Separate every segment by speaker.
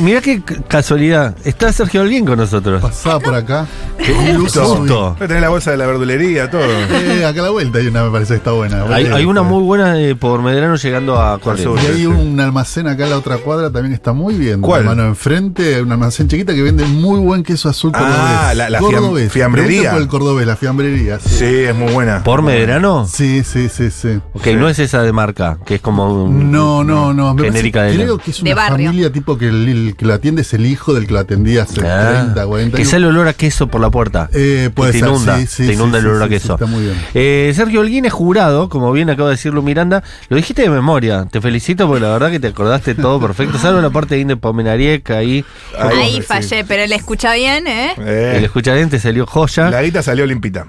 Speaker 1: Mirá qué c- casualidad. Está Sergio Alguien con nosotros.
Speaker 2: Pasaba por acá.
Speaker 1: Qué Justo.
Speaker 3: Voy a tener la bolsa de la verdulería, todo.
Speaker 2: Eh, acá a la vuelta hay una, me parece que está buena.
Speaker 1: Hay, hay una muy buena de por Medrano llegando a Corrientes.
Speaker 2: Y hay un almacén acá en la otra cuadra también está muy bien. de
Speaker 3: ¿Cuál?
Speaker 2: la Mano enfrente, hay un almacén chiquita que vende muy buen queso azul cordobés.
Speaker 3: Ah, la- la fiam-
Speaker 2: Cordobés.
Speaker 3: fiambrería.
Speaker 2: Pregunta por el cordobés, la fiambrería.
Speaker 3: Sí, es muy buena.
Speaker 1: ¿Por Medrano?
Speaker 2: Sí, sí, sí, sí.
Speaker 1: Ok, no es esa de marca, que es como un-
Speaker 2: No, no, no. me
Speaker 1: Mm, Genérica
Speaker 2: parece-
Speaker 1: de la-
Speaker 2: creo que es
Speaker 4: De
Speaker 2: una
Speaker 4: barrio.
Speaker 2: familia tipo que el, el que lo atiende es el hijo del que lo atendía hace
Speaker 1: Ah,
Speaker 2: 30, 40
Speaker 1: Que sale olor a queso por la puerta.
Speaker 2: Eh, puede
Speaker 1: Y te
Speaker 2: ser,
Speaker 1: inunda,
Speaker 2: sí, sí,
Speaker 1: te
Speaker 2: sí,
Speaker 1: inunda el
Speaker 2: sí,
Speaker 1: olor a
Speaker 2: sí, sí,
Speaker 1: queso.
Speaker 2: está muy bien.
Speaker 1: Eh, Sergio Holguín es jurado, como bien acaba de decirlo Miranda. Lo dijiste de memoria. Te felicito porque la verdad que te acordaste todo perfecto. Salvo la parte de Inde Pomenarieca ahí.
Speaker 3: Ahí,
Speaker 4: Ahí
Speaker 3: sí.
Speaker 4: fallé, pero él escucha bien, ¿eh?
Speaker 3: Eh,
Speaker 1: El escuchadente salió joya.
Speaker 3: la guita salió limpita.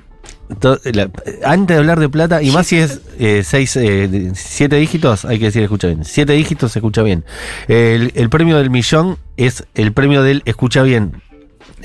Speaker 1: To- la- antes de hablar de plata, y más si es eh, seis, eh, de- siete dígitos, hay que decir escucha bien. Siete dígitos se escucha bien. El, el premio del millón es el premio del escucha bien.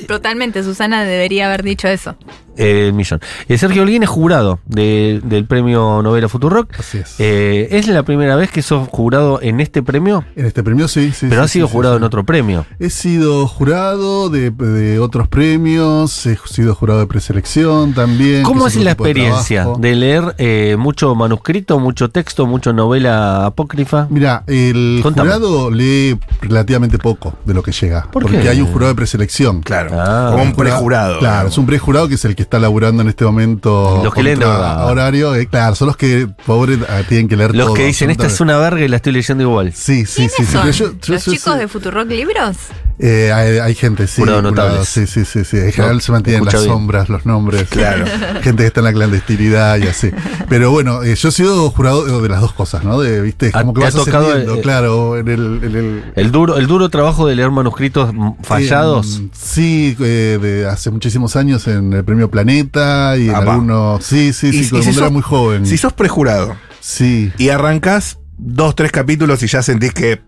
Speaker 4: Totalmente, Susana debería haber dicho eso.
Speaker 1: eh, el millón. Eh, Sergio Holguín es jurado de- del premio Novela Futurock.
Speaker 2: Así es.
Speaker 1: Eh, es la primera vez que sos jurado en este premio,
Speaker 2: En este premio sí, sí.
Speaker 1: pero
Speaker 2: sí,
Speaker 1: has sido
Speaker 2: sí, sí,
Speaker 1: jurado
Speaker 2: sí.
Speaker 1: en otro premio.
Speaker 2: He sido jurado de, de otros premios, he sido jurado de preselección también.
Speaker 1: ¿Cómo
Speaker 2: que
Speaker 1: es
Speaker 2: otro
Speaker 1: la
Speaker 2: tipo de
Speaker 1: experiencia
Speaker 2: trabajo.
Speaker 1: de leer eh, mucho manuscrito, mucho texto, mucho novela apócrifa?
Speaker 2: Mira, el
Speaker 1: Contame.
Speaker 2: jurado lee relativamente poco de lo que llega.
Speaker 1: ¿Por
Speaker 2: porque
Speaker 1: qué?
Speaker 2: hay un jurado de preselección.
Speaker 3: Claro.
Speaker 1: Ah.
Speaker 3: como un prejurado.
Speaker 2: Claro,
Speaker 3: digamos.
Speaker 2: es un prejurado que es el que está laburando en este momento.
Speaker 1: Los que leen
Speaker 2: contra
Speaker 1: nada.
Speaker 2: horario. eh, claro, son los que, pobre, ah, tienen que leer
Speaker 1: Los
Speaker 2: todo,
Speaker 1: que dicen, esta es
Speaker 2: absolutamente".
Speaker 1: una verga y la estoy leyendo igual.
Speaker 2: Sí, sí,
Speaker 4: ¿Quiénes
Speaker 2: sí. sí,
Speaker 4: son?
Speaker 2: pero yo- yo-
Speaker 4: ¿Los
Speaker 2: yo-
Speaker 4: chicos
Speaker 2: yo-
Speaker 4: de Futurock Libros?
Speaker 2: eh, hay, hay gente, sí.
Speaker 1: Jurado notables.
Speaker 2: sí, sí, sí, sí. En general
Speaker 1: No,
Speaker 2: se mantienen
Speaker 1: escucha
Speaker 2: las
Speaker 1: bien.
Speaker 2: sombras, los nombres.
Speaker 3: Claro.
Speaker 2: gente que está en la clandestinidad y así. Pero bueno, eh, yo he sido jurado de las dos cosas, ¿no? De, viste,
Speaker 1: Ah,
Speaker 2: como que
Speaker 1: te
Speaker 2: vas
Speaker 1: ha tocado,
Speaker 2: ascendiendo,
Speaker 1: eh,
Speaker 2: claro, en el... en el-
Speaker 1: El duro, el duro trabajo de leer manuscritos mm, fallados.
Speaker 2: en- sí, eh, de hace muchísimos años en el Premio Planeta y en
Speaker 3: Apa.
Speaker 2: algunos... Sí, sí, sí,
Speaker 3: Y- y
Speaker 2: cuando
Speaker 3: si
Speaker 2: era
Speaker 3: sos-
Speaker 2: muy joven.
Speaker 3: Si sos prejurado
Speaker 2: sí.
Speaker 3: y arrancás dos, tres capítulos y ya sentís que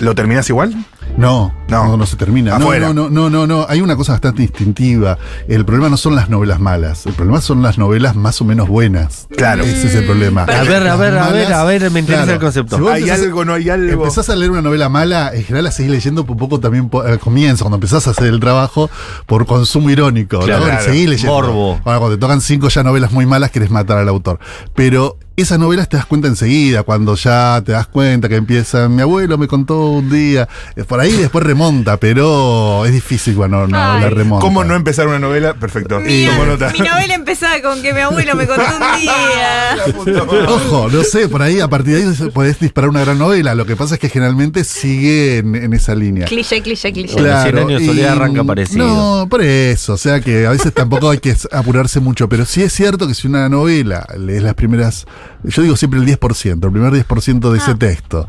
Speaker 3: lo terminás igual,
Speaker 2: No,
Speaker 3: No.
Speaker 2: no, no, se termina. No,
Speaker 3: Afuera.
Speaker 2: No, no, no, no, no. Hay una cosa bastante instintiva. El problema no son las novelas malas. El problema son las novelas más o menos buenas.
Speaker 3: Claro.
Speaker 2: Ese es el problema.
Speaker 4: A
Speaker 1: ver, a ver, a ver, a ver, me interesa el concepto.
Speaker 2: Si vos
Speaker 3: hay
Speaker 2: empezás-
Speaker 3: algo, no hay algo.
Speaker 2: Empezás a leer una novela mala, en general la seguís leyendo un poco también po- al comienzo, cuando empezás a hacer el trabajo por consumo irónico.
Speaker 1: Claro,
Speaker 2: ¿no?
Speaker 3: claro.
Speaker 2: Seguís leyendo.
Speaker 1: Morbo.
Speaker 2: Ahora, cuando te tocan cinco ya novelas muy malas, querés matar al autor. Pero esas novelas te das cuenta enseguida, cuando ya te das cuenta que empiezan, mi abuelo me contó un día. Eh, Por ahí después remonta, pero es difícil cuando una
Speaker 4: Ay.
Speaker 2: novela remonta.
Speaker 3: ¿Cómo no empezar una novela? Perfecto.
Speaker 4: Mira,
Speaker 3: Tomo nota.
Speaker 4: mi novela empezaba con que mi abuelo me contó un día.
Speaker 2: Ojo, no sé, por ahí a partir de ahí podés disparar una gran novela. Lo que pasa es que generalmente sigue en, en esa línea.
Speaker 4: cliché, cliché, cliché.
Speaker 1: Claro. Cien años de soledad arranca parecido.
Speaker 2: No, por eso. O sea que a veces tampoco hay que apurarse mucho. Pero sí es cierto que si una novela lees las primeras. Yo digo siempre el 10%, el primer 10% de ese texto.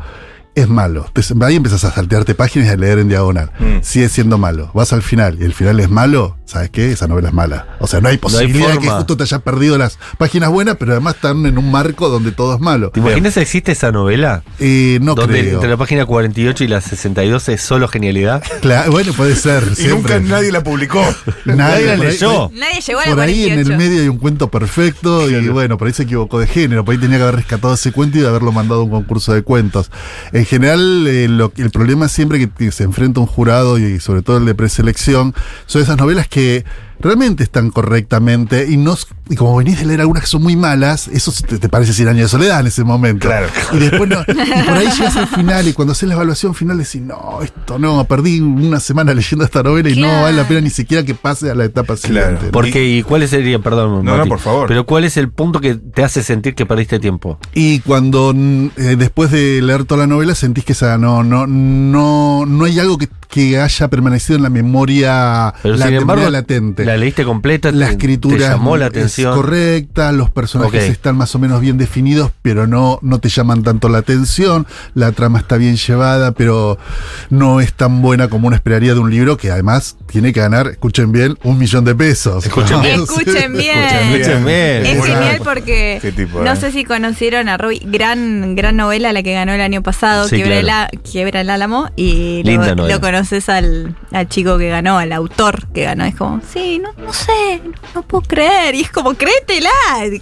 Speaker 2: Es malo. Te- Ahí empezás a saltearte páginas y a leer en diagonal.
Speaker 3: Mm.
Speaker 2: Sigue siendo malo. Vas al final y el final es malo. ¿Sabes qué? Esa novela es mala. O sea, no hay posibilidad de que
Speaker 1: forma.
Speaker 2: justo te hayas perdido las páginas buenas, pero además están en un marco donde todo es malo.
Speaker 1: ¿Te imaginas si existe esa novela?
Speaker 2: Eh, no
Speaker 1: donde
Speaker 2: creo.
Speaker 1: entre la página 48 y la 62 es solo genialidad.
Speaker 2: Claro, bueno, puede ser.
Speaker 3: Y nunca
Speaker 2: siempre.
Speaker 3: nadie la publicó.
Speaker 1: Nadie la
Speaker 2: por ahí-
Speaker 1: leyó.
Speaker 4: Nadie llegó a la
Speaker 2: Por ahí en
Speaker 4: 48.
Speaker 2: el medio hay un cuento perfecto y bueno, por ahí se equivocó de género, por ahí tenía que haber rescatado ese cuento y de haberlo mandado a un concurso de cuentos. En general, eh, lo que- el problema siempre que, que se enfrenta un jurado y sobre todo el de preselección son esas novelas que realmente están correctamente y no s- y como venís de leer algunas que son muy malas, eso se te, te parece 100 años de soledad en ese momento.
Speaker 3: Claro.
Speaker 2: Y después no, y por ahí llegas al final y cuando haces la evaluación final decís, no, esto no, perdí una semana leyendo esta novela y no
Speaker 4: Claro.
Speaker 2: vale la pena ni siquiera que pase a la etapa siguiente. ¿no?
Speaker 1: Porque, ¿y cuál sería, perdón,
Speaker 3: No, no,
Speaker 1: Mati,
Speaker 3: por favor.
Speaker 1: Pero ¿cuál es el punto que te hace sentir que perdiste tiempo?
Speaker 2: Y cuando mm, eh, después de leer toda la novela sentís que esa no no no no hay algo que, que haya permanecido en la memoria
Speaker 1: Pero
Speaker 2: la
Speaker 1: sin embargo,
Speaker 2: latente.
Speaker 1: la leíste completa,
Speaker 2: la
Speaker 1: te-
Speaker 2: escritura
Speaker 1: te llamó la
Speaker 2: es
Speaker 1: atención.
Speaker 2: correcta, los personajes
Speaker 1: Ok.
Speaker 2: están más o menos bien definidos, pero no, no te llaman tanto la atención, la trama está bien llevada, pero no es tan buena como uno esperaría de un libro que además tiene que ganar, escuchen bien, un millón de pesos.
Speaker 1: Escuchen bien.
Speaker 4: Escuchen bien.
Speaker 1: Escúchame.
Speaker 4: Es
Speaker 3: Bueno.
Speaker 4: genial porque
Speaker 3: Qué tipo,
Speaker 4: no
Speaker 3: eh.
Speaker 4: sé si conocieron a Ruby, gran, gran novela la que ganó el año pasado,
Speaker 1: Sí,
Speaker 4: Quiebra,
Speaker 1: claro.
Speaker 4: el, Á- Quiebra el Álamo, y lo-
Speaker 1: Linda
Speaker 4: lo,
Speaker 1: novela.
Speaker 4: conoces al, al chico que ganó, al autor que ganó. Es como, sí, no, no sé, no, no puedo creer. Y es como, créetela,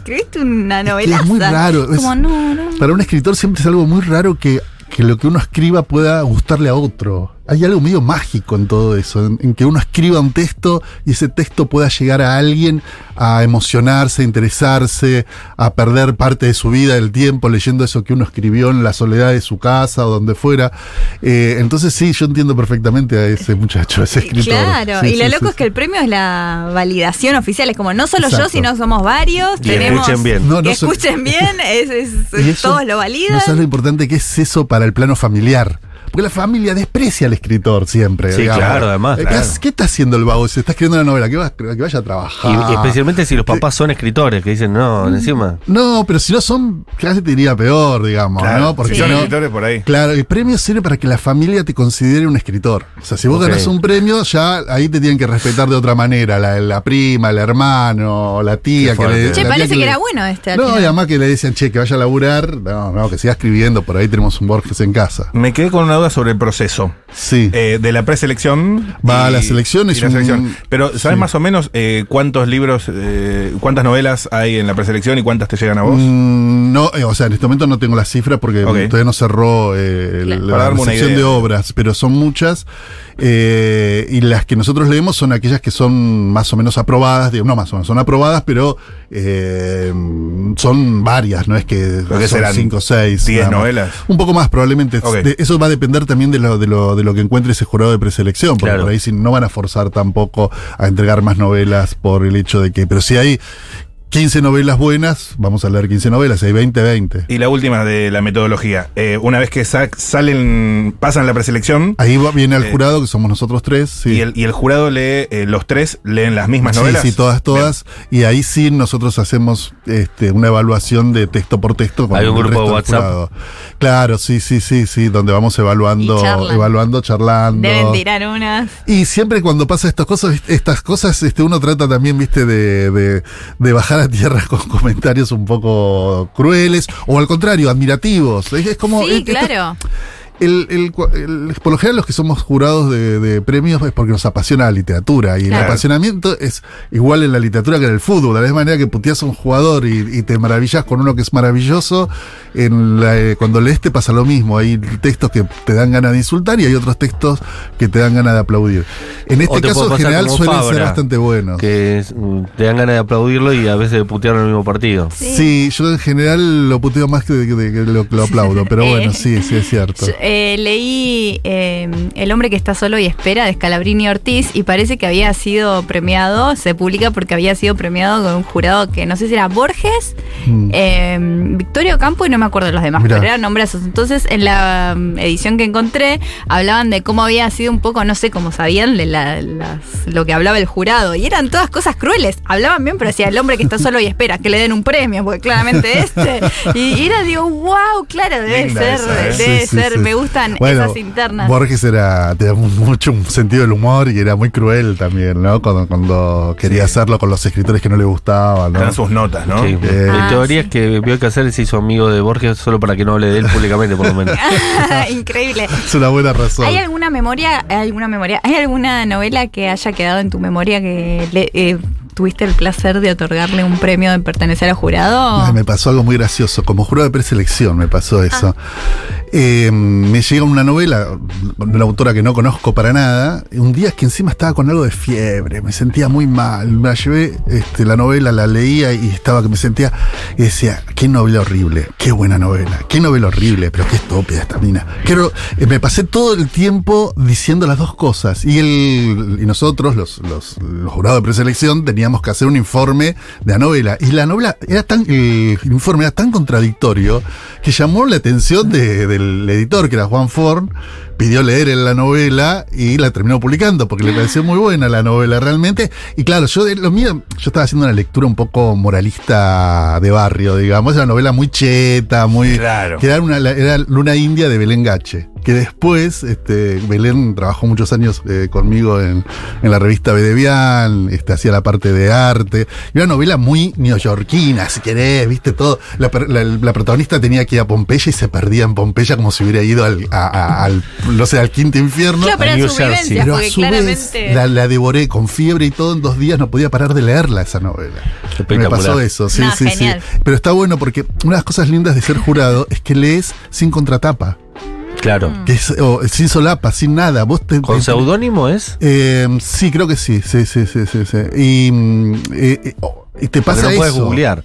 Speaker 4: creíste una
Speaker 2: que
Speaker 4: novela.
Speaker 2: es muy raro, es-
Speaker 4: Como, no, no.
Speaker 2: Para un escritor siempre es algo muy raro que, que lo que uno escriba pueda gustarle a otro. hay algo medio mágico en todo eso, en, en que uno escriba un texto y ese texto pueda llegar a alguien a emocionarse, a interesarse, a perder parte de su vida, el tiempo, leyendo eso que uno escribió en la soledad de su casa o donde fuera. Eh, entonces sí, yo entiendo perfectamente a ese muchacho, a ese escritor.
Speaker 4: Claro,
Speaker 2: Sí,
Speaker 4: y lo
Speaker 2: sí,
Speaker 4: loco
Speaker 2: sí,
Speaker 4: es que el premio es la validación oficial, es como no solo yo,
Speaker 2: Exacto.
Speaker 4: sino somos varios,
Speaker 1: Y
Speaker 4: tenemos
Speaker 1: escuchen bien.
Speaker 2: No,
Speaker 4: que
Speaker 2: no so-
Speaker 4: escuchen bien, es, es-
Speaker 2: Y eso,
Speaker 4: todos lo validan.
Speaker 2: No sabes lo importante que es eso para el plano familiar. Porque la familia desprecia al escritor siempre.
Speaker 1: Sí, claro, además,
Speaker 2: Eh, ¿Qué,
Speaker 1: claro.
Speaker 2: has- qué está haciendo el vago? Se está escribiendo una novela, que, va- que vaya a
Speaker 1: Y,
Speaker 2: trabajar.
Speaker 1: y especialmente si los
Speaker 2: Ah.
Speaker 1: papás son escritores, que dicen,
Speaker 2: Mm.
Speaker 1: no, encima.
Speaker 2: No, pero si no son, casi te diría peor, digamos,
Speaker 3: Claro,
Speaker 2: ¿no? Porque
Speaker 3: si son
Speaker 2: no-
Speaker 3: escritores por ahí.
Speaker 2: Claro, el premio sirve para que la familia te considere un escritor. O sea, si vos
Speaker 1: Ok.
Speaker 2: ganás un premio, ya ahí te tienen que respetar de otra manera. La, la prima, el hermano, la tía.
Speaker 3: Qué
Speaker 2: Que le,
Speaker 3: fuerte.
Speaker 2: la
Speaker 4: Che,
Speaker 2: tía
Speaker 4: parece que
Speaker 2: le-
Speaker 4: era bueno este. al
Speaker 2: No,
Speaker 4: final.
Speaker 2: y además que le decían, che, que vaya a laburar. No, no, que siga escribiendo, por ahí tenemos un Borges en casa.
Speaker 3: Me quedé con una duda sobre el proceso
Speaker 2: Sí.
Speaker 3: eh, de la preselección.
Speaker 2: Va a las elecciones,
Speaker 3: y la
Speaker 2: un-
Speaker 3: selección. Pero, ¿sabes
Speaker 2: sí.
Speaker 3: más o menos eh, cuántos libros, eh, cuántas novelas hay en la preselección y cuántas te llegan a vos?
Speaker 2: Mm, No, eh, o sea, en este momento no tengo las cifras porque
Speaker 3: Ok.
Speaker 2: todavía no cerró eh, el-
Speaker 4: Claro.
Speaker 2: la
Speaker 3: Para darme una
Speaker 2: recepción
Speaker 3: idea.
Speaker 2: de obras, pero son muchas. eh, y las que nosotros leemos son aquellas que son más o menos aprobadas, digo, no más o menos, son aprobadas, pero eh, son varias, no es que,
Speaker 3: Lo que
Speaker 2: son
Speaker 3: serán
Speaker 2: cinco o seis.
Speaker 3: 10
Speaker 2: nada más.
Speaker 3: novelas.
Speaker 2: Un poco más, probablemente.
Speaker 3: Ok.
Speaker 2: De- eso va a depender también de lo, de lo, de lo que encuentre ese jurado de preselección, porque
Speaker 1: Claro.
Speaker 2: por ahí sí no van a forzar tampoco a entregar más novelas por el hecho de que. Pero si hay 15 novelas buenas, vamos a leer 15 novelas, hay 20, 20.
Speaker 3: Y la última de la metodología. Eh, una vez que sa- salen, pasan la preselección
Speaker 2: Ahí va- viene al
Speaker 3: Eh,
Speaker 2: jurado, que somos nosotros tres. Sí.
Speaker 3: y, el, y el jurado lee, eh, los tres leen las mismas
Speaker 2: Sí,
Speaker 3: novelas.
Speaker 2: sí, todas, todas. Y ahí sí nosotros hacemos este, una evaluación de texto por texto.
Speaker 1: Hay un grupo
Speaker 2: el
Speaker 1: de
Speaker 2: resto del
Speaker 1: WhatsApp.
Speaker 2: jurado. Claro, sí, sí, sí, sí, donde vamos evaluando,
Speaker 4: Y charlan.
Speaker 2: evaluando, charlando.
Speaker 4: Deben tirar unas.
Speaker 2: Y siempre cuando pasa estas cosas, estas cosas, este, uno trata también, viste, de, de- de bajar a tierra con comentarios un poco crueles, o al contrario, admirativos. Es, es como.
Speaker 4: sí,
Speaker 2: es- esto-
Speaker 4: claro.
Speaker 2: el- el cua- el- por lo general los que somos jurados de, de premios es porque nos apasiona la literatura y
Speaker 4: Claro.
Speaker 2: el apasionamiento es igual en la literatura que en el fútbol. De la misma manera que puteas a un jugador y, y te maravillas con uno que es maravilloso, en la- eh, cuando lees te pasa lo mismo. Hay textos que te dan ganas de insultar y hay otros textos que te dan ganas de aplaudir. En
Speaker 1: O
Speaker 2: este
Speaker 1: te
Speaker 2: caso
Speaker 1: puede
Speaker 2: en
Speaker 1: pasar
Speaker 2: general
Speaker 1: como
Speaker 2: suelen ser
Speaker 1: Fabra,
Speaker 2: bastante buenos.
Speaker 1: Que es, mm, te dan ganas de aplaudirlo y a veces de putearlo en el mismo partido.
Speaker 4: Sí.
Speaker 2: Sí. yo en general lo puteo más que, que- que lo, lo aplaudo, pero bueno,
Speaker 4: Eh.
Speaker 2: sí, sí es cierto.
Speaker 4: Yo, eh, leí eh, El hombre que está solo y espera de Scalabrini Ortiz y parece que había sido premiado, se publica porque había sido premiado con un jurado que no sé si era Borges,
Speaker 2: Mm.
Speaker 4: eh, Victoria Ocampo y no me acuerdo los demás,
Speaker 2: Mirá.
Speaker 4: pero eran nombres. Entonces en la mm, edición que encontré hablaban de cómo había sido un poco, no sé cómo sabían, de la- las- lo que hablaba el jurado y eran todas cosas crueles. Hablaban bien, pero decía el hombre que está solo y espera que le den un premio, porque claramente este. Y era, digo, wow, claro, debe
Speaker 3: Linda
Speaker 4: ser,
Speaker 3: esa, ¿eh?
Speaker 4: debe
Speaker 2: Sí, sí,
Speaker 4: ser,
Speaker 2: sí.
Speaker 4: me gustan
Speaker 2: Bueno,
Speaker 4: esas internas.
Speaker 2: Borges era, tenía mu- mucho un sentido del humor y era muy cruel también, ¿no? Cuando, cuando quería
Speaker 3: Sí.
Speaker 2: hacerlo con los escritores que no le gustaban, ¿no?
Speaker 3: Eran sus notas, ¿no?
Speaker 1: Sí.
Speaker 2: Eh.
Speaker 1: Mi
Speaker 4: Ah,
Speaker 1: teoría
Speaker 4: sí.
Speaker 1: es que Bioy Casares se hizo amigo de Borges solo para que no hable de él públicamente, por lo menos.
Speaker 4: Increíble.
Speaker 2: Es una buena razón.
Speaker 4: ¿Hay alguna memoria, alguna memoria, hay alguna novela que haya quedado en tu memoria que le- eh, tuviste el placer de otorgarle un premio de pertenecer a jurado?
Speaker 2: Ay, me pasó algo muy gracioso. Como jurado de preselección me pasó eso. Eh, me llega una novela, una autora que no conozco para nada. y Un día es que encima estaba con algo de fiebre, me sentía muy mal. Me la llevé este, la novela, la leía y estaba que me sentía. Y decía, qué novela horrible, qué buena novela, qué novela horrible, pero qué estúpida esta mina. Quiero, eh, me pasé todo el tiempo diciendo las dos cosas. Y, el, y nosotros, los, los, los jurados de preselección, teníamos que hacer un informe de la novela. Y la novela era tan, el informe era tan contradictorio que llamó la atención de- del editor, que era Juan Forn, pidió leer en la novela y la terminó publicando, porque le pareció muy buena la novela realmente. Y claro, yo de lo mío, yo estaba haciendo una lectura un poco moralista de barrio, digamos, era una novela muy cheta, muy...
Speaker 3: Claro.
Speaker 2: Que era, una, la- era Luna India de Belén Gache. Que después, este, Belén trabajó muchos años eh, conmigo en, en la revista Bedevian, este, hacía la parte de arte. Y una novela muy neoyorquina, si querés, viste todo. La, per- la- la protagonista tenía que ir a Pompeya y se perdía en Pompeya como si hubiera ido al, a- a- al- no sé, al quinto infierno.
Speaker 4: claro, pero
Speaker 1: a
Speaker 4: era
Speaker 1: New
Speaker 4: su
Speaker 1: Jersey.
Speaker 4: vivencia,
Speaker 2: Pero a
Speaker 4: porque
Speaker 2: su vez
Speaker 4: claramente.
Speaker 2: la, la devoré con fiebre y todo en dos días, no podía parar de leerla esa novela. Me
Speaker 1: Espectacular.
Speaker 2: pasó eso, sí,
Speaker 4: No,
Speaker 2: sí,
Speaker 4: genial.
Speaker 2: sí. Pero está bueno porque una de las cosas lindas de ser jurado es que lees sin contratapa.
Speaker 1: Claro.
Speaker 2: Que es, o, sin solapa, sin nada. Vos te,
Speaker 1: ¿Con
Speaker 2: te-
Speaker 1: seudónimo es?
Speaker 2: Eh, sí, creo que sí, sí, sí, sí, sí. sí. Y, mm, eh, eh, oh, y
Speaker 1: Porque
Speaker 2: te pasa
Speaker 1: no puedes
Speaker 2: eso.
Speaker 1: googlear.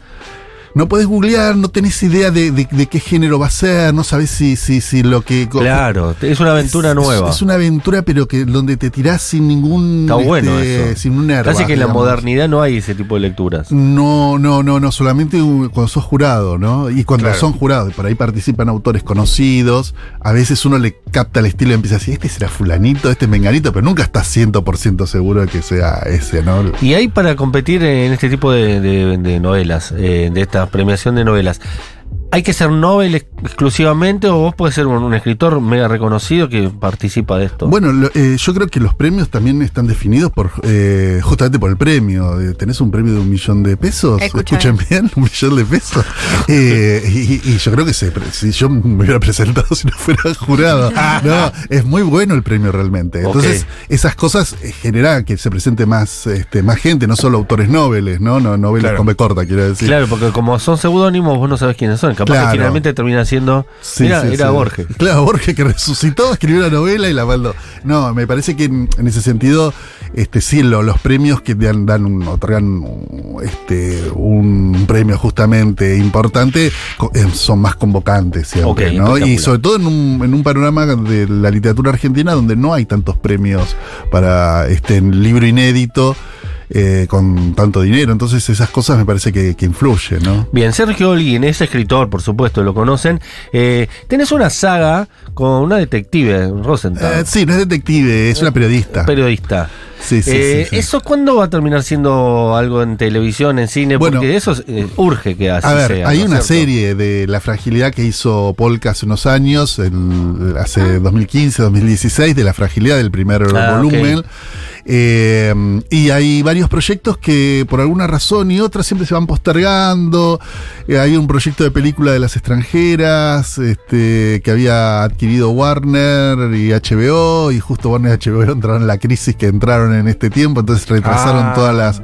Speaker 2: No puedes googlear, no tenés idea de, de- de qué género va a ser, no sabes si, si, si lo que...
Speaker 1: Claro, es una aventura
Speaker 2: es-
Speaker 1: nueva.
Speaker 2: Es, una aventura, pero que donde te tirás sin ningún... este,
Speaker 1: Está bueno eso.
Speaker 2: Sin un herba,
Speaker 1: Casi que en la
Speaker 2: digamos.
Speaker 1: modernidad no hay ese tipo de lecturas.
Speaker 2: No, no, no, no, solamente un- cuando sos jurado, ¿no? Y cuando
Speaker 3: Claro.
Speaker 2: son jurados, y por ahí participan autores conocidos, a veces uno le capta el estilo y empieza así, este será fulanito, este es menganito, pero nunca estás 100% seguro de que sea ese, ¿no?
Speaker 1: Y hay para competir en este tipo de, de- de novelas, eh, de esta premiación de novelas. ¿Hay que ser novel ex- exclusivamente o vos podés ser un, un escritor mega reconocido que participa de esto?
Speaker 2: Bueno, lo- eh, yo creo que los premios también están definidos por eh, justamente por el premio. Eh, ¿Tenés un premio de un millón de pesos?
Speaker 4: Escucha
Speaker 2: Escuchen bien, un millón de pesos. Eh, y, y yo creo que se pre- si yo me hubiera presentado si no fuera jurado. No, es muy bueno el premio realmente. Entonces,
Speaker 1: Ok.
Speaker 2: esas cosas eh, generan que se presente más, este, más gente, no solo autores noveles, ¿no? No, novelas
Speaker 3: Claro.
Speaker 2: con B corta, quiero decir.
Speaker 1: Claro, porque como son seudónimos, vos no sabés quiénes son. Capaz
Speaker 2: Claro.
Speaker 1: que finalmente termina siendo.
Speaker 2: Sí,
Speaker 1: Mirá,
Speaker 2: sí,
Speaker 1: era
Speaker 2: sí.
Speaker 1: Borges.
Speaker 2: Claro, Borges que resucitó, escribió una novela y la mandó. No, me parece que en, en ese sentido, este, sí, lo- los premios que dan, dan un, otorgan uh, este, un premio justamente importante co- eh, son más convocantes siempre,
Speaker 1: Ok,
Speaker 2: ¿no? Y
Speaker 1: espectacular.
Speaker 2: sobre todo en un, en un panorama de la literatura argentina donde no hay tantos premios para este en libro inédito. eh, con tanto dinero, entonces esas cosas me parece que, que influyen, ¿no?
Speaker 1: Bien, Sergio Olguín es escritor, por supuesto, lo conocen. Eh, tenés una saga con una detective, Rosenthal,
Speaker 2: Eh, sí, no es detective, es una periodista.
Speaker 1: periodista.
Speaker 2: Sí, sí,
Speaker 1: Eh,
Speaker 2: sí, sí.
Speaker 1: ¿Eso cuándo va a terminar siendo algo en televisión, en cine?
Speaker 2: Bueno.
Speaker 1: Porque eso eh, urge que así
Speaker 2: A ver,
Speaker 1: sea,
Speaker 2: hay
Speaker 1: ¿no es
Speaker 2: una
Speaker 1: cierto?
Speaker 2: serie de la fragilidad que hizo Polka hace unos años, el- hace 2015, 2016, de la fragilidad del primer
Speaker 1: Ah,
Speaker 2: volumen.
Speaker 1: ok.
Speaker 2: Eh, y hay varios proyectos que por alguna razón y otra siempre se van postergando. Eh, hay un proyecto de película de las extranjeras este, que había adquirido Warner y HBO, y justo Warner y HBO entraron en la crisis que entraron en este tiempo, entonces retrasaron
Speaker 3: Ah.
Speaker 2: todas las...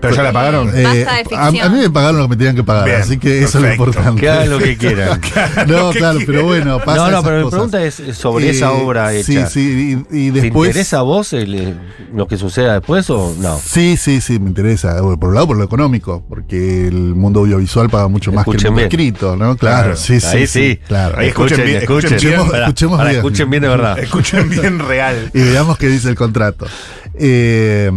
Speaker 3: Pero ya la pagaron.
Speaker 4: Eh, Basta de
Speaker 2: a,
Speaker 4: ficción.
Speaker 2: a mí me pagaron lo que me tenían que pagar,
Speaker 3: Bien,
Speaker 2: así que eso es lo
Speaker 3: perfecto.
Speaker 2: importante.
Speaker 1: Que hagan lo que quieran.
Speaker 2: no,
Speaker 3: Lo que
Speaker 2: claro, pero
Speaker 3: quieran.
Speaker 2: bueno, pasa
Speaker 1: no, no,
Speaker 2: esas
Speaker 1: pero mi
Speaker 2: cosas.
Speaker 1: pregunta es sobre
Speaker 2: Eh,
Speaker 1: esa obra hecha.
Speaker 2: Sí, sí, y, y
Speaker 1: ¿Te
Speaker 2: después.
Speaker 1: interesa a vos el, eh, lo que suceda después o no?
Speaker 2: Sí, sí, sí, me interesa. Bueno, Por un lado, por lo económico, porque el mundo audiovisual paga mucho más que
Speaker 1: Escuchen
Speaker 2: el mundo
Speaker 1: bien.
Speaker 2: escrito, ¿no? Claro,
Speaker 3: Claro,
Speaker 2: sí, sí,
Speaker 1: ahí sí.
Speaker 2: Claro.
Speaker 3: Ahí escuchen bien, escuchen bien.
Speaker 2: Escuchemos-
Speaker 1: Pará,
Speaker 2: escuchemos
Speaker 1: pará,
Speaker 2: bien.
Speaker 1: escuchen bien de verdad.
Speaker 3: Escuchen bien real.
Speaker 2: y veamos qué dice el contrato. Eh,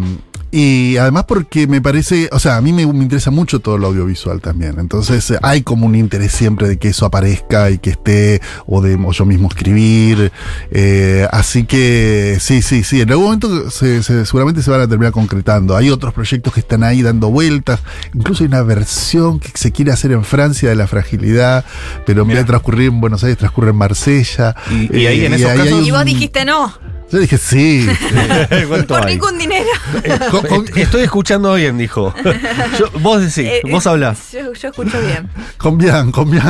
Speaker 2: y además porque me parece, o sea, a mí me, me interesa mucho todo lo audiovisual también. Entonces eh, hay como un interés siempre de que eso aparezca y que esté, o de o yo mismo escribir. Eh, así que sí, sí, sí, en algún momento se- se- seguramente se van a terminar concretando. Hay otros proyectos que están ahí dando vueltas. Incluso hay una versión que se quiere hacer en Francia de la fragilidad, pero en vez de transcurrir en Buenos Aires, transcurre en Marsella.
Speaker 3: Y- y ahí en
Speaker 2: Eh,
Speaker 3: esos
Speaker 2: hay
Speaker 3: casos-
Speaker 4: Y vos
Speaker 2: un-
Speaker 4: dijiste no,
Speaker 2: yo dije, sí. Eh,
Speaker 1: ¿Cuánto
Speaker 4: por
Speaker 1: hay?
Speaker 4: ningún dinero.
Speaker 2: Con- con-
Speaker 1: Est- Estoy escuchando bien, dijo. Yo- vos decís,
Speaker 4: Eh,
Speaker 1: vos
Speaker 4: eh,
Speaker 1: hablás.
Speaker 4: Yo, yo escucho bien.
Speaker 2: Con bien, con bien.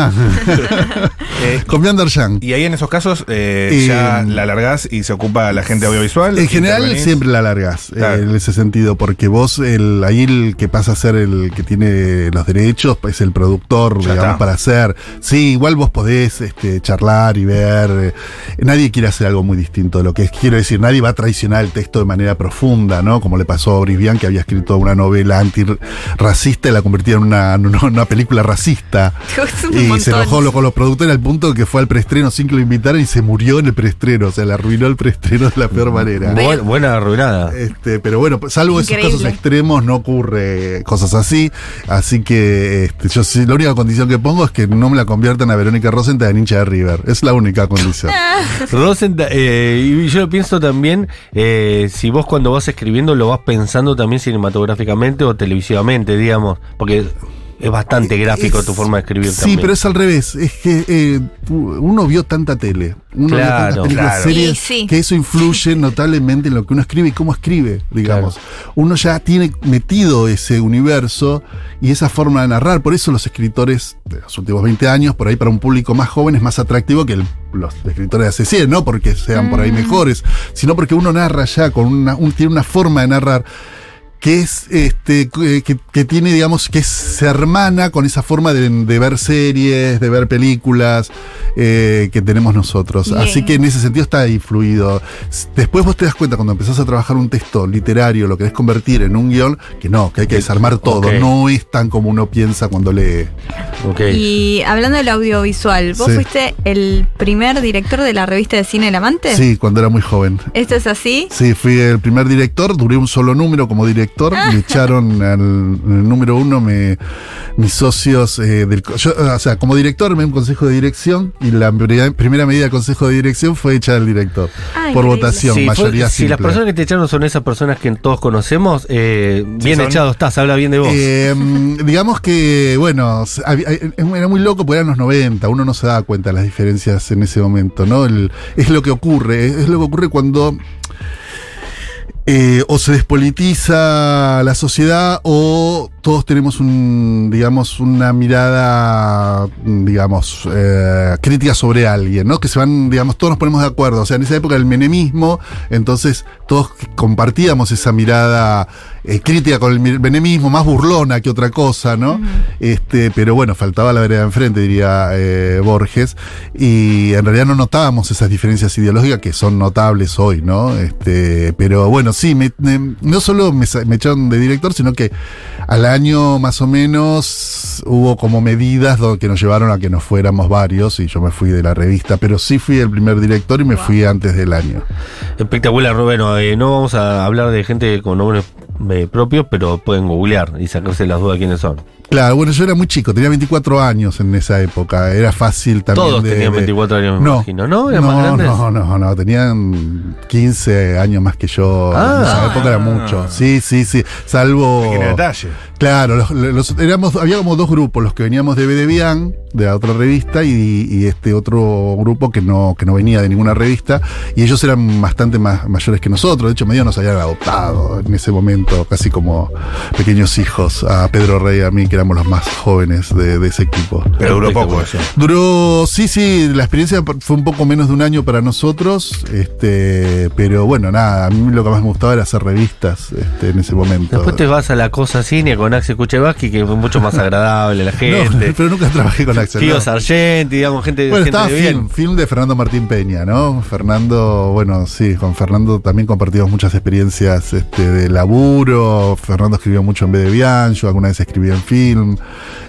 Speaker 3: Eh,
Speaker 2: Con bien, Darjan.
Speaker 3: y ahí en esos casos eh,
Speaker 2: Y-
Speaker 3: ya la largás y se ocupa la gente audiovisual.
Speaker 2: En general
Speaker 3: intervenís.
Speaker 2: siempre la largas eh,
Speaker 3: Claro.
Speaker 2: en ese sentido, porque vos el, ahí el que pasa a ser el que tiene los derechos es el productor,
Speaker 3: Ya
Speaker 2: digamos,
Speaker 3: está.
Speaker 2: para hacer. Sí, igual vos podés este, charlar y ver. eh, Nadie quiere hacer algo muy distinto de lo que es. Quiero decir, nadie va a traicionar el texto de manera profunda, ¿no? Como le pasó a Brisbian, que había escrito una novela antirracista y la convertía en una, en una película racista.
Speaker 4: Es un
Speaker 2: Y
Speaker 4: montón.
Speaker 2: se enojó lo- con los productores al punto que fue al preestreno sin que lo invitaran y se murió en el preestreno. O sea, le arruinó el preestreno de la peor manera.
Speaker 1: Bu- buena arruinada.
Speaker 2: Este, pero bueno, salvo esos
Speaker 4: Increíble.
Speaker 2: casos extremos, no ocurre cosas así. Así que este, yo sí, la única condición que pongo es que no me la conviertan a Verónica Rosenthal en hincha de River. Es la única condición.
Speaker 4: Ah,
Speaker 1: Rosenthal, eh, y yo pienso también, eh, si vos cuando vas escribiendo lo vas pensando también cinematográficamente o televisivamente, digamos, porque es bastante gráfico
Speaker 2: Es-
Speaker 1: tu forma de escribir
Speaker 2: Sí,
Speaker 1: también.
Speaker 2: pero es al revés. Es que eh, tú- uno vio tanta tele, uno vio
Speaker 1: Claro,
Speaker 2: tantas películas,
Speaker 3: claro.
Speaker 2: series,
Speaker 4: Sí, sí.
Speaker 2: que eso influye notablemente en lo que uno escribe y cómo escribe, digamos. Uno ya tiene metido ese universo y esa forma de narrar. Por eso los escritores de los últimos 20 años, por ahí para un público más joven, es más atractivo que el- los escritores de hace 100, no
Speaker 4: Mm.
Speaker 2: porque sean por ahí mejores, sino porque uno narra ya, con una, un- tiene una forma de narrar que es este que, que tiene, digamos, que se hermana con esa forma de, de ver series, de ver películas eh, que tenemos nosotros.
Speaker 4: Bien.
Speaker 2: Así que en ese sentido está influido. S- Después vos te das cuenta cuando empezás a trabajar un texto literario, lo querés convertir en un guión, que no, que hay que desarmar todo.
Speaker 1: Ok.
Speaker 2: No es tan como uno piensa cuando lee.
Speaker 1: Ok.
Speaker 4: Y hablando del audiovisual, ¿vos
Speaker 2: Sí.
Speaker 4: fuiste el primer director de la revista de cine El Amante?
Speaker 2: Sí, cuando era muy joven.
Speaker 4: ¿Esto es así?
Speaker 2: Sí, fui el primer director, duré un solo número como director, me echaron al al número uno, me, mis socios eh, del... co- yo, o sea, como director me dio un consejo de dirección y la pri- primera medida del consejo de dirección fue echar al director
Speaker 4: Ah,
Speaker 2: por
Speaker 4: increíble.
Speaker 2: votación,
Speaker 1: Sí, fue-
Speaker 2: mayoría
Speaker 1: si las
Speaker 2: simple.
Speaker 1: personas que te echaron son esas personas que todos conocemos, eh, bien
Speaker 3: son-
Speaker 1: echado estás, habla bien de vos.
Speaker 2: Eh, mm, digamos que, bueno, s- hab- eh, era muy loco porque eran los 90, uno no se daba cuenta de las diferencias en ese momento, ¿no? El- es lo que ocurre, es lo que ocurre cuando eh, o se despolitiza la sociedad o todos tenemos un, digamos, una mirada, digamos, eh, crítica sobre alguien, ¿no? Que se van, digamos, todos nos ponemos de acuerdo. O sea, en esa época el menemismo, entonces todos compartíamos esa mirada eh, crítica con el mi- menemismo, más burlona que otra cosa, ¿no? este, pero bueno, faltaba la vereda enfrente, diría eh, Borges, y en realidad no notábamos esas diferencias ideológicas que son notables hoy, ¿no? Este, pero bueno, sí, me- me- no solo me, sa- me echaron de director, sino que al año más o menos hubo como medidas do- que nos llevaron a que nos fuéramos varios y yo me fui de la revista, pero sí fui el primer director y me fui antes del año.
Speaker 1: Espectacular, Rubén. Eh, no vamos a hablar de gente con nombres eh, propios, pero pueden googlear y sacarse las dudas quiénes son.
Speaker 2: Claro, bueno, yo era muy chico, tenía 24 años en esa época, era fácil también.
Speaker 1: Todos
Speaker 2: de-
Speaker 1: tenían
Speaker 2: de-
Speaker 1: 24 años, me imagino, ¿no? ¿Eran
Speaker 2: no,
Speaker 1: más grandes?
Speaker 2: no, no, no, tenían 15 años más que yo.
Speaker 1: Ah.
Speaker 2: en esa época era
Speaker 3: Ah.
Speaker 2: mucho. Sí, sí, sí. Salvo.
Speaker 3: Pequeño detalle.
Speaker 2: Claro, los- los- éramos, había como dos grupos, los que veníamos de Bedebian, de la otra revista, y, y este otro grupo que no, que no venía de ninguna revista, y ellos eran bastante más mayores que nosotros, de hecho medio nos habían adoptado en ese momento, casi como pequeños hijos, a Pedro Rey y a mí, que éramos los más jóvenes de, de ese equipo.
Speaker 3: Pero duró poco
Speaker 1: pues,
Speaker 3: ¿eh? eso.
Speaker 2: Duró, sí, sí, la experiencia fue un poco menos de un año para nosotros, este, pero bueno, nada, a mí lo que más me gustaba era hacer revistas este, en ese momento.
Speaker 1: Después te vas a la cosa cine con Axel Kuchevaski, que es mucho más agradable la gente.
Speaker 2: No, pero nunca trabajé con Axel.
Speaker 1: Tío
Speaker 2: no.
Speaker 1: Sargenti, digamos, gente,
Speaker 2: Bueno,
Speaker 1: gente
Speaker 2: estaba
Speaker 1: de bien.
Speaker 2: film, film de Fernando Martín Peña, ¿no? Fernando, bueno, sí, con Fernando también compartimos muchas experiencias este, de laburo. Fernando escribió mucho en Bedebian, yo alguna vez escribí en film.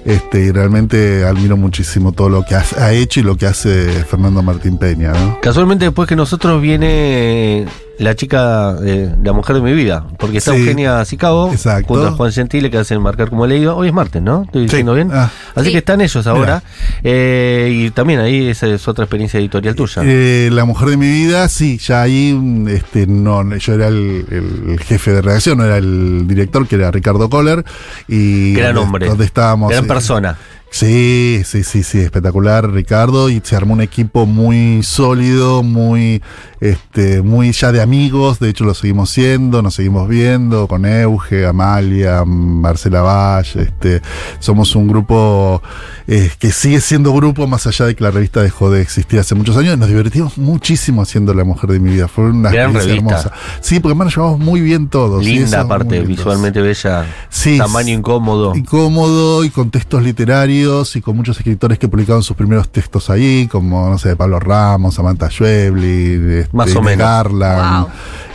Speaker 2: Este, y realmente admiro muchísimo todo lo que ha, ha hecho y lo que hace Fernando Martín Peña, ¿no?
Speaker 1: Casualmente después que nosotros viene la chica, eh, la mujer de mi vida, porque está
Speaker 2: Sí.
Speaker 1: Eugenia Sicabo,
Speaker 2: Exacto.
Speaker 1: junto a Juan Gentile que hacen marcar como leído. Hoy es martes, ¿no? Estoy diciendo bien.
Speaker 2: Ah.
Speaker 1: Así
Speaker 4: Sí.
Speaker 1: que están ellos ahora. Eh, y también ahí esa es otra experiencia editorial tuya.
Speaker 2: Eh, la mujer de mi vida, sí, ya ahí mm, este, no, no, yo era el, el- el jefe de redacción, no era el director, que era Ricardo Kohler. Y
Speaker 1: Gran
Speaker 2: donde-
Speaker 1: hombre.
Speaker 2: Donde estábamos.
Speaker 1: Gran
Speaker 2: eh,
Speaker 1: persona.
Speaker 2: Sí, sí, sí, sí, espectacular, Ricardo. Y se armó un equipo muy sólido, muy, este, muy ya de amigos. De hecho, lo seguimos siendo, nos seguimos viendo con Euge, Amalia, Marcela Valle. Este, somos un grupo eh, que sigue siendo grupo más allá de que la revista dejó de existir hace muchos años. Nos divertimos muchísimo haciendo La Mujer de mi vida. Fue una
Speaker 1: Gran
Speaker 2: experiencia
Speaker 1: revista.
Speaker 2: hermosa. Sí, porque además nos llevamos muy bien todos. sí, eso
Speaker 1: Linda
Speaker 2: es muy
Speaker 1: aparte,
Speaker 2: lindo.
Speaker 1: visualmente bella.
Speaker 2: Sí,
Speaker 1: tamaño incómodo.
Speaker 2: incómodo y con textos literarios y con muchos escritores que publicaron sus primeros textos ahí, como, no sé, Pablo Ramos, Samantha Schweblin, este,
Speaker 1: Más o
Speaker 2: Ine
Speaker 1: menos.
Speaker 2: Garland,
Speaker 4: Wow.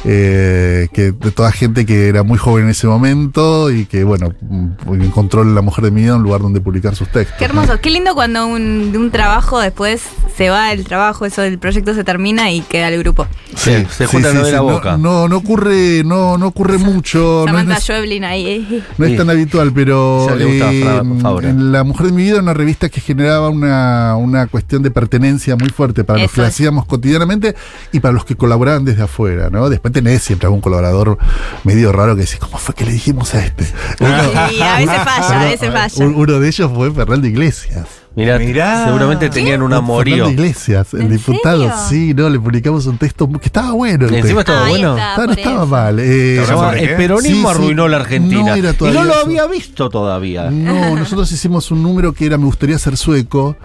Speaker 2: eh, que de toda gente que era muy joven en ese momento y que, bueno, mm, encontró en La Mujer de mi vida un lugar donde publicar sus textos.
Speaker 4: Qué hermoso, qué lindo cuando un, de un trabajo después se va el trabajo, eso del proyecto se termina y queda el grupo.
Speaker 1: Se- se juntan a ver la
Speaker 2: No-
Speaker 1: boca.
Speaker 2: No, no, ocurre, no, no ocurre mucho. Oh, no es
Speaker 4: Samantha
Speaker 2: neces-
Speaker 4: Schweblin ahí. eh.
Speaker 2: No
Speaker 1: Sí.
Speaker 2: es tan habitual, pero
Speaker 1: Ya le gustaba Fra-
Speaker 2: en-
Speaker 1: Fabra.
Speaker 2: en La Mujer de mi vida era una revista que generaba una, una cuestión de pertenencia muy fuerte para los
Speaker 4: Eso
Speaker 2: que la
Speaker 4: es.
Speaker 2: hacíamos cotidianamente y para los que colaboraban desde afuera, ¿no? Después tenés siempre algún colaborador medio raro que decís, ¿cómo fue que le dijimos a este?
Speaker 4: Y a veces falla, a veces
Speaker 2: Un-
Speaker 4: falla.
Speaker 2: Uno de ellos fue Fernando Iglesias.
Speaker 1: Mirá,
Speaker 3: Mirá.
Speaker 1: seguramente tenían un amorío.
Speaker 2: Fernando Iglesias, el
Speaker 4: ¿En
Speaker 2: diputado.
Speaker 4: serio?
Speaker 2: Sí, no, le publicamos un texto que estaba bueno. el
Speaker 1: Encima
Speaker 2: texto.
Speaker 1: estaba
Speaker 4: Ahí
Speaker 1: bueno.
Speaker 4: está.
Speaker 2: Estaba- no
Speaker 4: por
Speaker 2: estaba
Speaker 4: eso.
Speaker 2: mal. eh,
Speaker 3: Estaba
Speaker 2: llamaba-
Speaker 1: Llamaba,
Speaker 3: ¿Sobre qué?
Speaker 1: el peronismo
Speaker 2: Sí, sí.
Speaker 1: arruinó la
Speaker 2: No
Speaker 1: Argentina.
Speaker 2: era
Speaker 1: y
Speaker 2: todavía
Speaker 1: no lo
Speaker 2: eso.
Speaker 1: había visto todavía.
Speaker 2: No, nosotros hicimos un número que era Me gustaría ser sueco.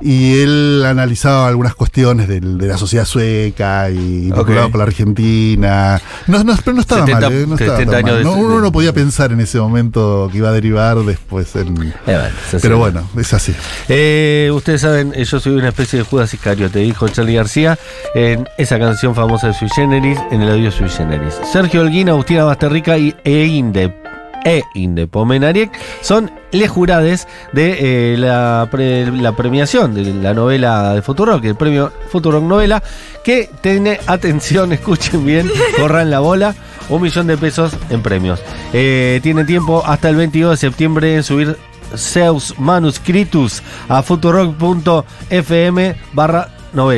Speaker 2: y él analizaba algunas cuestiones del- de, la sociedad sueca y vinculado
Speaker 3: Ok.
Speaker 2: con la Argentina. No, no, pero no estaba
Speaker 1: 70,
Speaker 2: mal, ¿eh? no estaba
Speaker 1: 70
Speaker 2: tan mal.
Speaker 1: años de-
Speaker 2: No, uno no podía pensar en ese momento que iba a derivar después en...
Speaker 1: Eh, bueno, es así.
Speaker 2: Pero bueno, es así.
Speaker 1: Eh, ustedes saben, eh, yo soy una especie de Judas Iscario, te dijo Charlie García en esa canción famosa de Sui Generis, en el audio Sui Generis. Sergio Holguín, Agustina Basterrica y e Inde, e Inde Pomenariek son les jurades de eh, la, pre- la premiación de la novela de Futurock, el premio Futurock Novela, que tiene, atención, escuchen bien, corran la bola, un millón de pesos en premios. Eh, tiene tiempo hasta el 22 de septiembre en subir Zeus Manuscritus a futurock.fm barra novela.